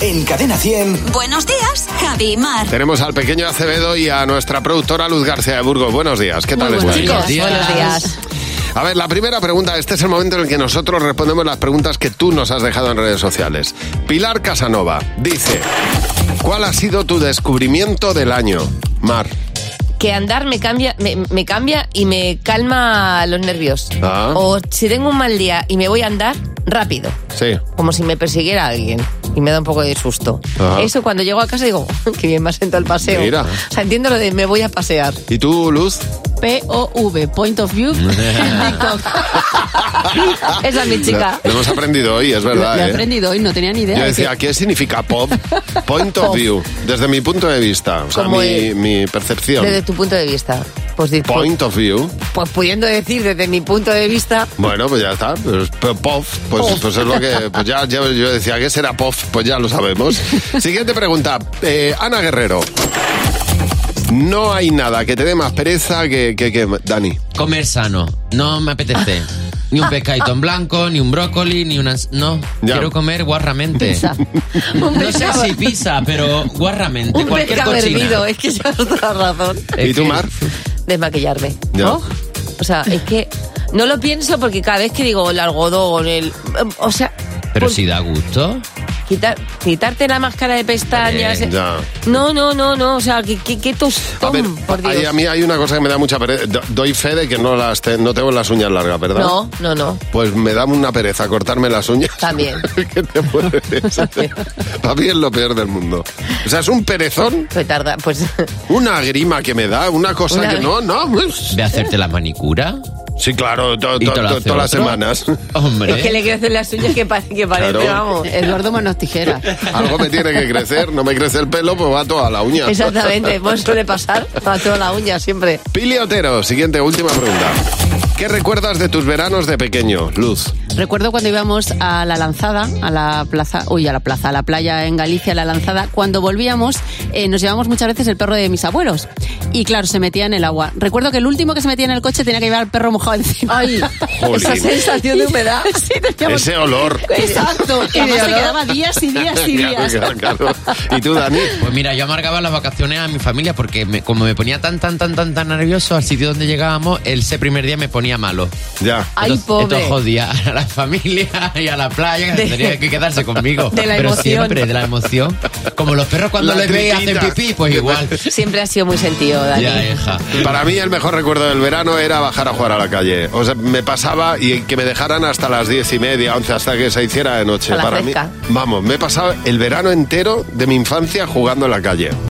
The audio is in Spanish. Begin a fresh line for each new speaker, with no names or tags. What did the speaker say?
En Cadena 100.
Buenos días, Javi y Mar.
Tenemos al pequeño Acevedo y a nuestra productora Luz García de Burgos. Buenos días, ¿qué tal
Muy buenos
estáis?
días. Pues Buenos días.
A ver, la primera pregunta, este es el momento en el que nosotros respondemos las preguntas que tú nos has dejado en redes sociales. Pilar Casanova dice, ¿cuál ha sido tu descubrimiento del año? Mar.
Que andar me cambia, me, me cambia y me calma los nervios.
Ah.
O si tengo un mal día y me voy a andar, rápido.
Sí.
Como si me persiguiera alguien. Y me da un poco de susto.
Ah.
Eso cuando llego a casa digo, qué bien me ha sentado el paseo.
Mira.
O sea, entiendo lo de me voy a pasear.
¿Y tú, Luz?
POV, Point of View, TikTok. Esa es mi chica.
Lo, lo hemos aprendido hoy, es
Lo
verdad.
he
¿eh?
aprendido hoy, no tenía ni idea.
Yo
de
decía, ¿qué significa pop? Point of
Pop.
view, desde mi punto de vista, o sea,
Como
mi,
el-
mi percepción.
Desde tu punto de vista. Pues, di-
Point of view.
pues pudiendo decir desde mi punto de vista,
Bueno, pues ya está. Pues, p- POF, pues,
Pof.
pues es lo que. Pues ya, ya yo decía, ¿qué será POF? Pues ya lo sabemos. Siguiente pregunta. Eh, Ana Guerrero. No hay nada que te dé más pereza que, que, que- Dani.
Comer sano. No me apetece. Ni un pescadito en blanco, ni un brócoli, ni unas. No.
Ya.
Quiero comer guarramente. No sé si pizza, pero guarramente.
un
cualquier
pescado
cochina.
hervido. Es que esa es otra razón.
Es
¿Y tú,
que-
Mar?
Desmaquillarme.
Ya.
¿no? O sea, es que no lo pienso porque cada vez que digo el algodón, el. O sea.
Pero
por-
si da gusto.
quitar- quitarte la máscara de pestañas.
Bien,
eh,
ya.
No, no, no, no. O sea, que, que, que tostón,
A ver,
por Dios.
ahí a mí hay una cosa que me da mucha pereza. Do- Doy fe de que no, las te- no tengo las uñas largas, ¿verdad?
No, no, no.
Pues me da una pereza cortarme las uñas.
También.
¿Qué te mueres? Para mí es lo peor del mundo. O sea, es un perezón,
Pues tarda, pues.
una grima que me da, una cosa
Una
que
gri-
no, no. pues,
Ve a hacerte la manicura.
Sí, claro, to-
¿Y
to-
te lo
to-
hace
todas las
otro?
semanas.
Hombre.
Es que le crecen las uñas que, pa- que parece,
Claro.
vamos.
que Eduardo Manos Tijera.
Algo me tiene que crecer, no me crece el pelo, pues va toda la uña.
Exactamente, pues suele pasar. A toda la uña siempre.
Pili Otero, siguiente, última pregunta. ¿Qué recuerdas de tus veranos de pequeño, Luz?
Recuerdo cuando íbamos a la lanzada, a la plaza, uy, a la plaza, a la playa en Galicia, a la lanzada, cuando volvíamos eh, nos llevamos muchas veces el perro de mis abuelos. Y claro, se metía en el agua. Recuerdo que el último que se metía en el coche tenía que llevar al perro mojado encima.
Ay,
Jolín.
esa sensación de humedad.
Sí, teníamos-
Ese olor.
Exacto. Y además se quedaba días y días y
Claro,
días.
claro, claro. ¿Y tú, Dani?
Pues mira, yo amargaba las vacaciones a mi familia porque me- como me ponía tan, tan, tan, tan, tan nervioso al sitio donde llegábamos, ese primer día me ponía malo.
Ya.
Ay,
Entonces,
pobre.
Esto jodía a la familia y a la playa, que
De-
tenía que quedarse conmigo.
de la
Pero
emoción.
siempre, de la emoción. Como los perros cuando
La
les ve y hacen
tripita.
pipí, pues igual.
Siempre ha sido muy sentido, Dani.
ya, hija.
Para mí el mejor recuerdo del verano era bajar a jugar a la calle. O sea, me pasaba y que me dejaran hasta las diez y media, once, hasta que se hiciera de noche.
A la
Para mí,
fresca.
vamos, me he pasado el verano entero de mi infancia jugando en la calle.